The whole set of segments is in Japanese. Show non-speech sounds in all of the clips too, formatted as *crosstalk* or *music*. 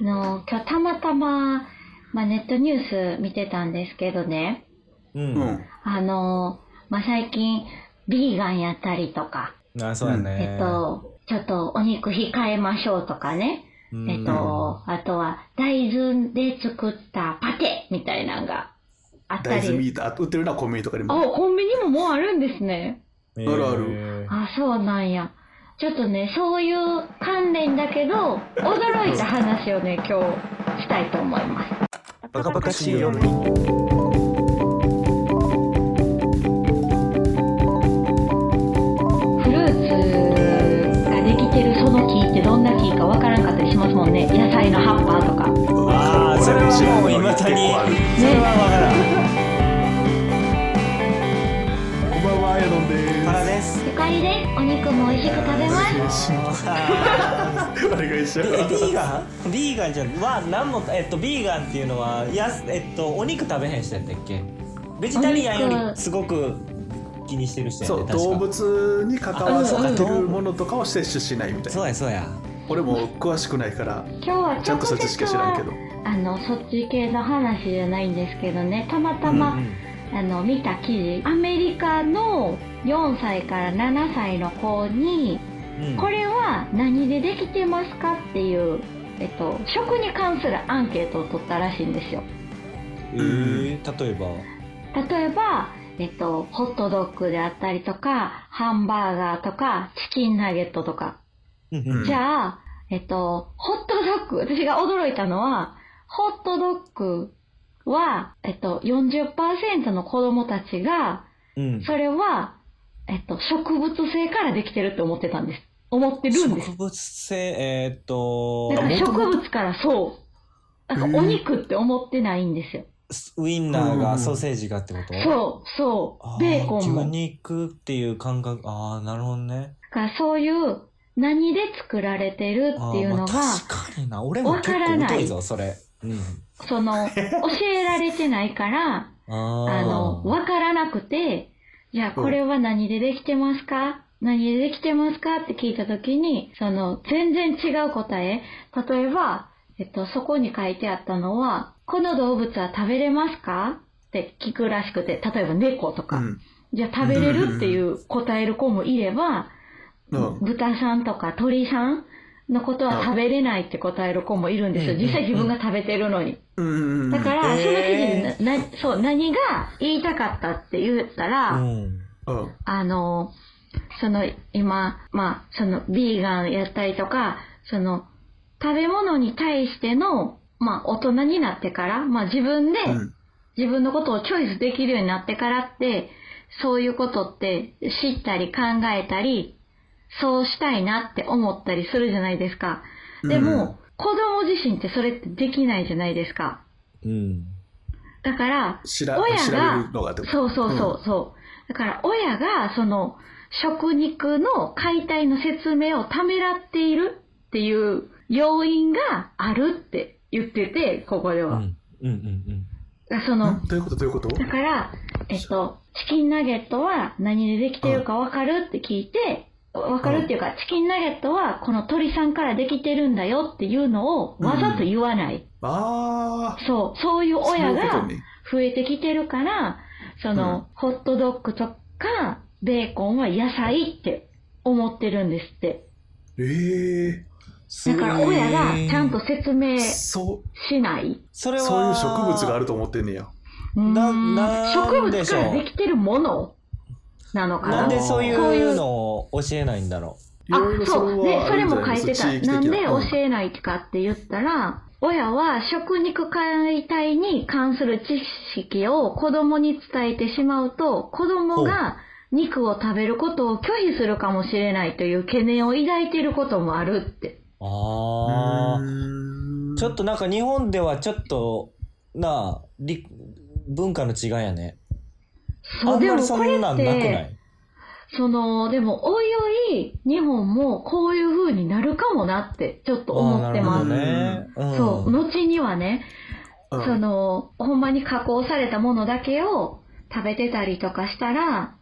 あの今日たまたま、まあ、ネットニュース見てたんですけどねうん。あの、まあ、最近ビーガンやったりとか、あ、そうやね。えっ、とちょっとお肉控えましょうとかね、うん、えっとあとは大豆で作ったパテみたいなのがあった大豆ミりート、あ売ってるな、コンビニとかであも。コンビニももうあるんですねえあるあるる。あそうなんやちょっとねそういう関連だけど驚いた話をね今日したいと思いますバカバカしいよ。フルーツができてるその木ってどんな木かわからんかったりしますもんね野菜の葉っぱとかああ、それはもう今谷。それはわからん。こんばんは、やどんで原です。ゆかりでお肉も美味しく食べますす。お願いしえます。お願いしビーガンビーガンじゃは何もえっとビーガンっていうのはやすえっとお肉食べへん人やったっけベジタリアンおよ肉りすごく気にしてる人やそう、ね動確か物に関わあってそうかるものとかを摂取しないみたいな。そうやそうや俺も詳しくないから、今日はちゃんとそっちしか知らんけど。あのそっち系の話じゃないんですけどねたまたま、うんうんあの見た記事アメリカの4歳から7歳の子にうんこれは何でできてますかっていう、えっと、食に関するアンケートを取ったらしいんですよえー、例えば例えば、えっと、ホットドッグであったりとかハンバーガーとかチキンナゲットとかうんうんじゃあ、えっと、ホットドッグ、私が驚いたのは、ホットドッグは、えっと、40%の子供たちが、うんそれは、えっと、植物性からできてるって思ってたんです。思ってるんです植。物性えー、っとだからあ植元々物からそう。なんかお肉って思ってないんですよ。ウインナーうんうがんソーセージがってことそう、そう。あベーコンも。牛だ肉っていう感覚ああなるほどねからそういう、何で作られてるあっていうーまのあが、確かにな俺もわ結からな構い疎いぞそれうんその、教えられてないから、あーあの、わからなくて、じゃあこれは何でできてますか何でできてますかって聞いたときに、その、全然違う答え。例えば、えっと、そこに書いてあったのは、この動物は食べれますかって聞くらしくて、例えば猫とか。うん。じゃあ食べれるっていう答える子もいれば、うん。豚さんとか鳥さんのことは食べれないって答える子もいるんですよ。うん実際自分が食べてるのに。うん。だから、うんその記事な、な、そう、何が言いたかったって言ったら、うんうん。あの、その、今、まあ、その、ビーガンやったりとか、その、食べ物に対しての、まあ、大人になってから、まあ、自分で、うん。自分のことをチョイスできるようになってからって、そういうことって知ったり考えたり、そうしたいなって思ったりするじゃないですか。でも、うん子供自身ってそれってできないじゃないですか。うんだから、知ら、親が知られるのがってことそうそうそうそう。だから親がその食肉の解体の説明をためらっているっていう要因があるって言ってて、ここでうんうは。んうんそのん、どういうことどういうことだから、えっと、チキンナゲットは何でできてるかわかるって聞いて、わかるっていうか、チキンナゲットはこの鳥さんからできてるんだよっていうのをわざと言わない。ああ。そう、そういう親そういうこがとね増えてきてるから、その、ホットドッグとか、ベーコンは野菜って思ってるんですって。ええ。うだんから親がちゃんと説明しそう。ない。それはそういう植物があると思ってんねや。うーんなな植ん物でしかょうらできてるものなのかななんでそうそういいううのを教えないんだろいあろいろ、そう。で、はそあるれんじゃも書ないてですた。かなんで地域的教えないかって言ったら、親は食肉解体に関する知識を子供に伝えてしまうと、子供が肉を食べることを拒否するかもしれないという懸念を抱いていることもあるって。ううああんちょっとなんか日本ではちょっとなあり文化の違いやねそあう、んでまもりそこんなれんなっくなて、いその、でもおいおい日本もこういう風になるかもなってちょっと思ってあまーす。なるほどねそう、後にはね、うんその、ほんまに加工されたものだけを食べてたりとかしたら、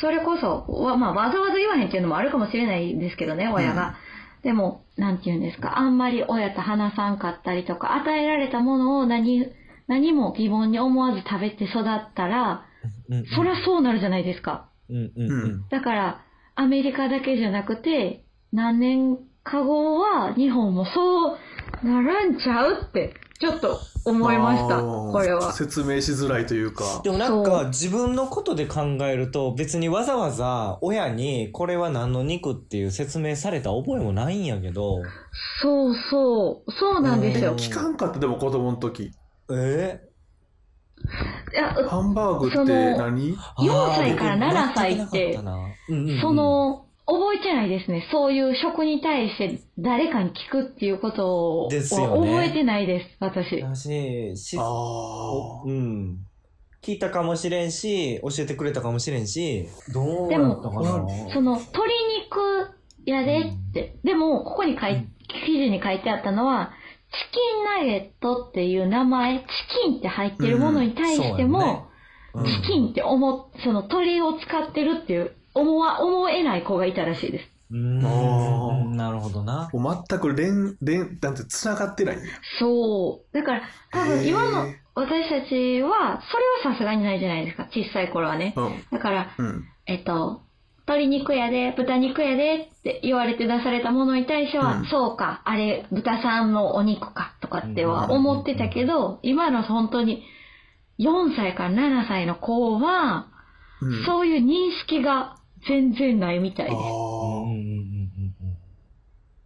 それこそ、わまあ、わざわざ言わへんっていうのもあるかもしれないんですけどね、親が。でも、なんて言うんですか、あんまり親と話さんかったりとか、与えられたものを何、何も疑問に思わず食べて育ったら、うんそりゃそうなるじゃないですか。うんうんううんん。だから、アメリカだけじゃなくて、何年か後は日本もそうならんちゃうって、ちょっと思いました、あーこれは。説明しづらいというかでもなんそうか自分のことで考えると別にわざわざ親にこれは何の肉っていう説明された覚えもないんやけど。そうそう、そうなんですうよん。聞かんかったでも子供の時えいやうハンバーグそっのて何ー、 4歳から7歳って全くなかったな、うんうんうんそ、の、覚えてないですね。そういう食に対して誰かに聞くっていうことを、ですよね覚えてないです、私。私、しあおあうん。聞いたかもしれんし、教えてくれたかもしれんし、どうでやもったかなその、鶏肉やでって。でも、ここに書ういん、記事に書いてあったのは、チキンナゲットっていう名前、チキンって入ってるものに対してそうやねも、うんチキンって思、その鳥を使ってるっていう、思わ、思えない子がいたらしいです。うーんあーなるほどな。もう全く連連なんて繋がってないんやそう。だから、多分今のへー私たちは、それはさすがにないじゃないですか、小さい頃はね。うんだから、うんえっと、鶏肉やで、豚肉やでって言われて出されたものに対しては、うんそうか、あれ、豚さんのお肉か、とかってはうん思ってたけど、今の本当に、4歳から7歳の子は、うんそういう認識が全然ないみたいあでうんうんーうんうん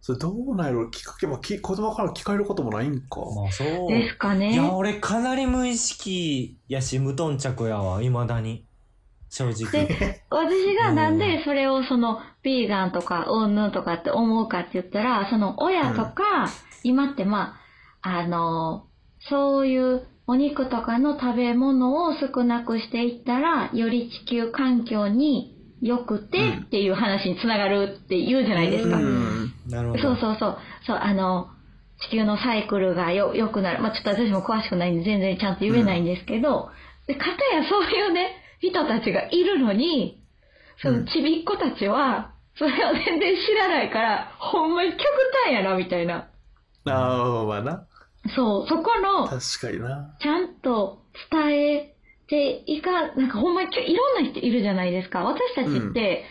それどうなんやろ聞くまあ、き子供から聞かれることもないんかうんまあそう。す。ですかいや、ね。俺かなり無意識やし、無頓着やわ、未だに。正直。で、私がなんでそれをその、ビーガンとか、うんぬんとかって思うかって言ったら、その、親とか、今ってまあ、あの、そういうお肉とかの食べ物を少なくしていったら、より地球環境に良くてうんっていう話につながるって言うじゃないですうか。んなるほど。そうそうそう。そう、あの、地球のサイクルがよ、良くなる。まあ、ちょっと私も詳しくないんで全然ちゃんと言えないんですけど、で、かたやそういうね、人たちがいるのに、そのちびっ子たちは、それを全然知らないから、ほんまに極端やな、みたいな。ああまあなそう、そこの、確かになちゃんと伝えていか、なんかほんまに今日いろんな人いるじゃないですか。私たちって、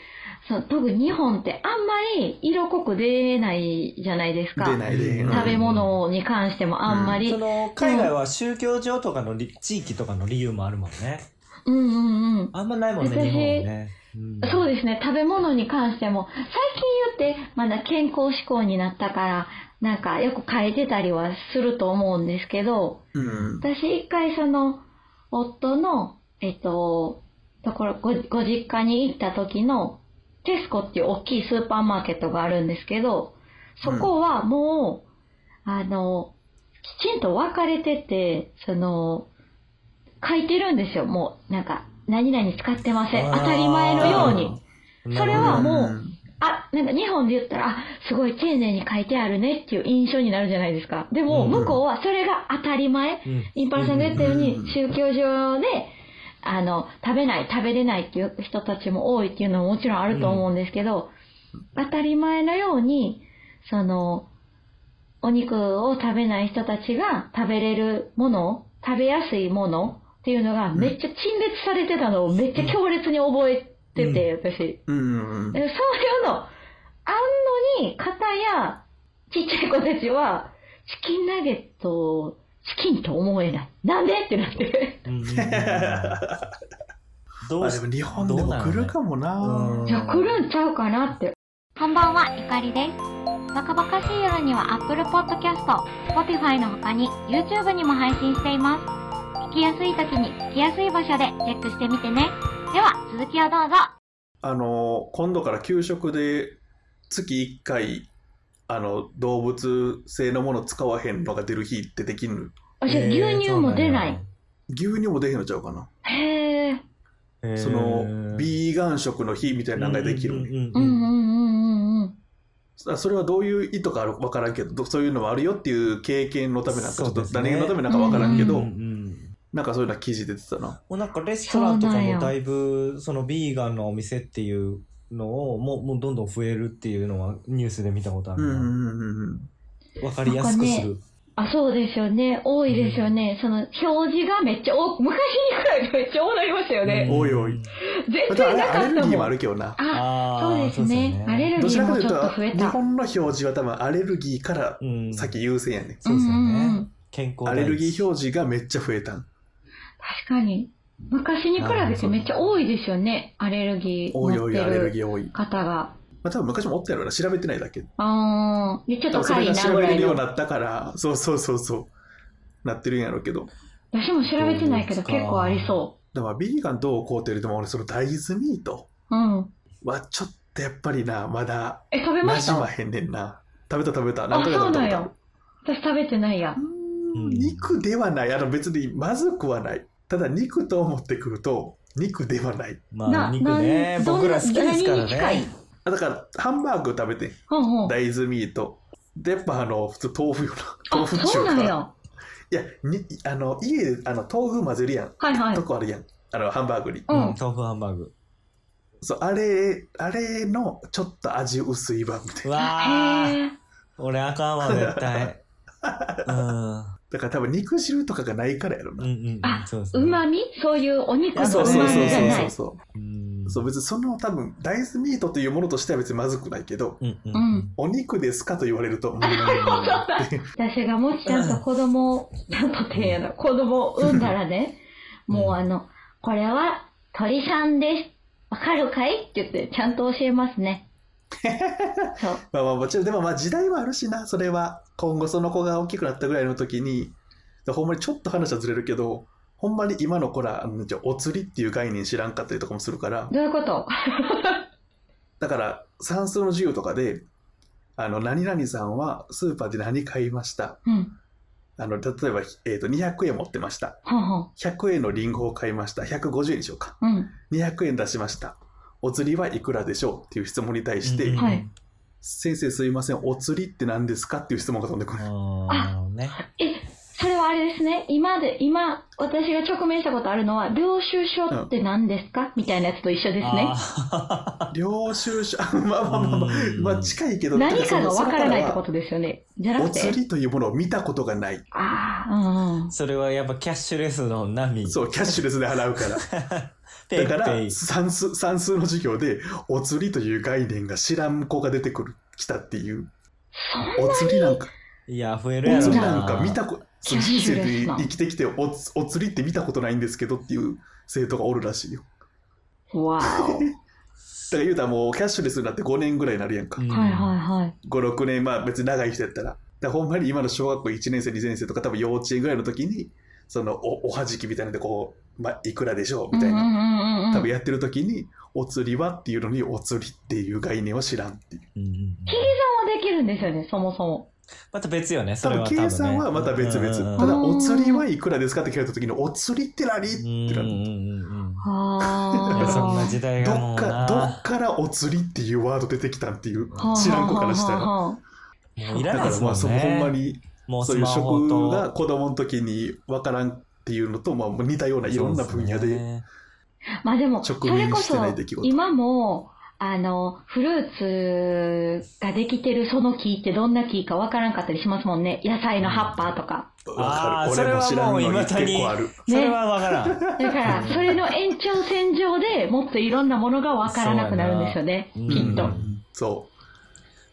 そう特に日本ってあんまり色濃く出ないじゃないですか。出ないで、うん食べ物に関してもあんまり。そうの、海外は宗教上とかのり地域とかの理由もあるもんね。んうんうん。あんまないもんね、私日本はね。うんそうですね、食べ物に関しても、最近言って、まだ健康志向になったから、なんかよく変えてたりはすると思うんですけど、うん私一回その夫のえっとところごご実家に行った時のテスコっていう大きいスーパーマーケットがあるんですけどそこはもう、あのきちんと分かれててその書いてるんですよもうなんか何々使ってませんあー当たり前のようにそれはもううんあなんか日本で言ったらあすごい丁寧に書いてあるねっていう印象になるじゃないですかでもうん向こうはそれが当たり前うんインパルさんが言ったようにうん、宗教上で、あの、食べない、食べれないっていう人たちも多いっていうのももちろんあると思うんですけど、当たり前のように、その、お肉を食べない人たちが食べれるもの、食べやすいものっていうのがめっちゃ陳列されてたのをめっちゃ強烈に覚えてて、私。うんえそういうの、あんのに、方や、ちっちゃい子たちは、チキンナゲットをチキンと思えない。なんでってなって。うんうんうんうんどあうでしも日本でも来るかもなうんじゃあ来るんちゃうかなって。こんばんは、ゆかりです。バカバカしい夜には Apple Podcast、Spotify の他に YouTube にも配信しています。聞きやすい時に聞きやすい場所でチェックしてみてね。では、続きをどうぞ。あの今度から給食で月1回あの動物性のもの使わへんのが出る日ってできるあ、じゃあえ牛ー乳も出ない。牛乳も出へんのちゃうかな、へえ。そのビーガン食の日みたいなのができる、うんううんううんんんうんうんうん。あそれはどういう意図かある分からんけどどそういうのもあるよっていう経験のためなんかちょっそうとですね何のためなんか分からんけうど、んうんなんかそういうような記事出てたなもうなんかレストランとかそうなんもやだいぶそのビーガンのお店っていうのをもうもうどんどん増えるっていうのはニュースで見たことあうるんうなわ、んうんうん。かりやすくする、あ、そうですよね。多いですよね。その、表示がめっちゃ多、昔に比べてめっちゃ多なりましたよね。おいおい。全あとあ然れなアかレっルたギーももあん。るけどな。あ、そうあーですね。アレルどギちーらかもといちょうっとと増え日た。本の表示は多分アレルギーからうん、先優先やね。そうでうんすよね、うんうん健康ア第一レルギー表示がめっちゃ増えたん。確かに。昔に比べてめっちゃ多いですよね。アレルギー持おいおっい、てアレルるギー多い。方が。まあ多分昔もおったやろうな。調べてないだけ。あー、で、ちょっ多と分そかれいがな調ぐべられいるようのに。なったから、そうそうそうそう。なってるんやろうけど。私も調べてないけど結構ありそだからビーガンどうこうってよりでも俺その大豆ミートう。うん。はちょっとやっぱりな、まだえ、食べま馴し染たまへんねんな。食べた食べた。何あ、回かそう食べなたんことあや。る私食べてないや。うん肉ではない。あの別にまずくはない。ただ肉と思ってくると、肉ではない。まあな肉ねなん僕ら好きですからどんな何に近いねあだから、ハンバーグ食べてん、うんうん。大豆ミート。で、やっぱあの、普通豆腐よな。あ、豆腐そうなん華。や。いや、にあの、家で、あの、豆腐混ぜるやん。はいはいと。こあるやん。あの、ハンバーグに。ううんん豆。腐ハンバーグそう、あれ、あれの、ちょっと味薄い版みたいうな。わーへえ。俺あかんわ絶対うんだから多分肉汁とかがないからやろうな。んうんうんあそうですねうまみそういうお肉あのそううそうまそうみがそうな *laughs* そうい。そうう。んそう、別にその多分、大豆ミートというものとしては別にまずくないけど、うんうんうんお肉ですかと言われると、 *laughs* うん私がもしちゃんと子供を、ちゃんとっていうの、子供を産んだらね、うんもうあの、これは鳥さんです。わかるかいって言って、ちゃんと教えますね。そう。まあまあもちろん、でもまあ時代はあるしな、それは。今後その子が大きくなったぐらいの時に、ほんまにちょっと話はずれるけど、ほんまに今の子ら、あのじゃあお釣りっていう概念知らんかったりとかもするから、どういうことだから算数の授業とかで、あの、何々さんはスーパーで何買いました。うん。あの、例えば、えっ、と、200円持ってました。ほんほん。 100円のリンゴを買いました。150円にしようか。うん。 200円出しました。お釣りはいくらでしょうっていう質問に対して、うんうんはい先生すいません、お釣りって何ですかっていう質問が飛んでくる。ああなるほどねえ、それはあれですね。今で、今、私が直面したことあるのは、領収書って何ですか、みたいなやつと一緒ですね。あ領収書、 *laughs* あまあまあまあまあう、んまあ近いけど、何かがわからないってとことですよね。じゃなおくて釣。りというものを見たことがない。ああ、うんうんー。それはやっぱキャッシュレスの波そう、キャッシュレスで払 *laughs* うから。ペイだかペら、イ算数、算数の授業で、お釣りという概念が知らん子が出てくる、来たっていう。お釣りなんか、いや増えるやおろ釣りななんか見たこ、そキャうッ人シュ生レスでな生きてきてお、お釣りって見たことないんですけどっていう生徒がおるらしいよ。わーだから言うたらもう、キャッシュレスになって5年ぐらいになるやんか。うお。ん *laughs* はいはいはい。 5、6年、まあ別に長い人やったら。だからほんまに今の小学校1年生、2年生とか多分幼稚園ぐらいの時に、そのおおはじきみたいなんでこう、まあいくらでしょうみたいな。な多分やってる時に、お釣りはっていうのに、お釣りっていう概念を知らんっていう。うんうんうんできるんですよね、そもそも。また別よねそ多れ分は計算はまた別々。ただ、お釣りはいくらですかって聞かれた時に、お釣りって何ってなる。いやそんなあ時代どがもっうなか、どっからお釣りっていうワード出てきたんっていうあ。、知らん子からしたら。はもういだらないかですもらまあ、んそのほんまねに、もうそスういうマホ職とが子供の時に分からんっていうのと、まあ、似たようないろんな分野そうすで。ねあはあまあでも、そ直れ面こしてそない出来、事今も、あの、フルーツができてるその木ってどんな木かわからんかったりしますもんね。野菜の葉っぱとか。わあーかる。俺も知らんのにそれはもう今結谷構ある。それはわからんだから、それの延長線上でもっといろんなものがわからなくなるんですよね、きそうやなっうと。んそ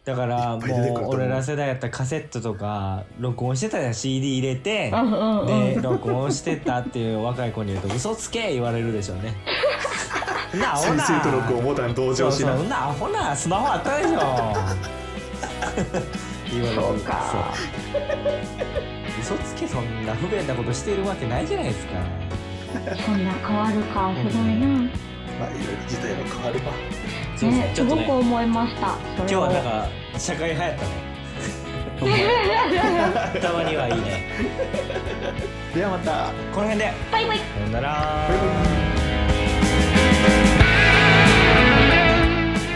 だからいっぱい出てくるとも思うう俺ら世代やったらカセットとか録音してたやん CD 入れてうんうんうんで録音してたっていう若い子に言うと嘘つけ言われるでしょうね *laughs* なあう。ほ先な生と録音ボタン同そう情しそな。うなあほなスマホあったでしょ言われるそうかそう嘘つけそんな不便なことしてるわけないじゃないですかそんな変わるか、すごいな。まあ、いろいろ時代は変わるわ。そうそうね、ちすょっとごねく思いました。今今日 *laughs* はなんか社会派やった *laughs* ねたまにはいいねではまた。この辺でバイバイさよなら *laughs*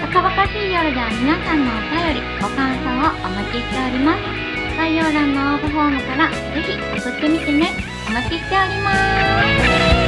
バカバカしい夜では皆さんのお便り、ご感想をお待ちしております。概要欄の応募フォームからぜひ送ってみてね。お待ちしております。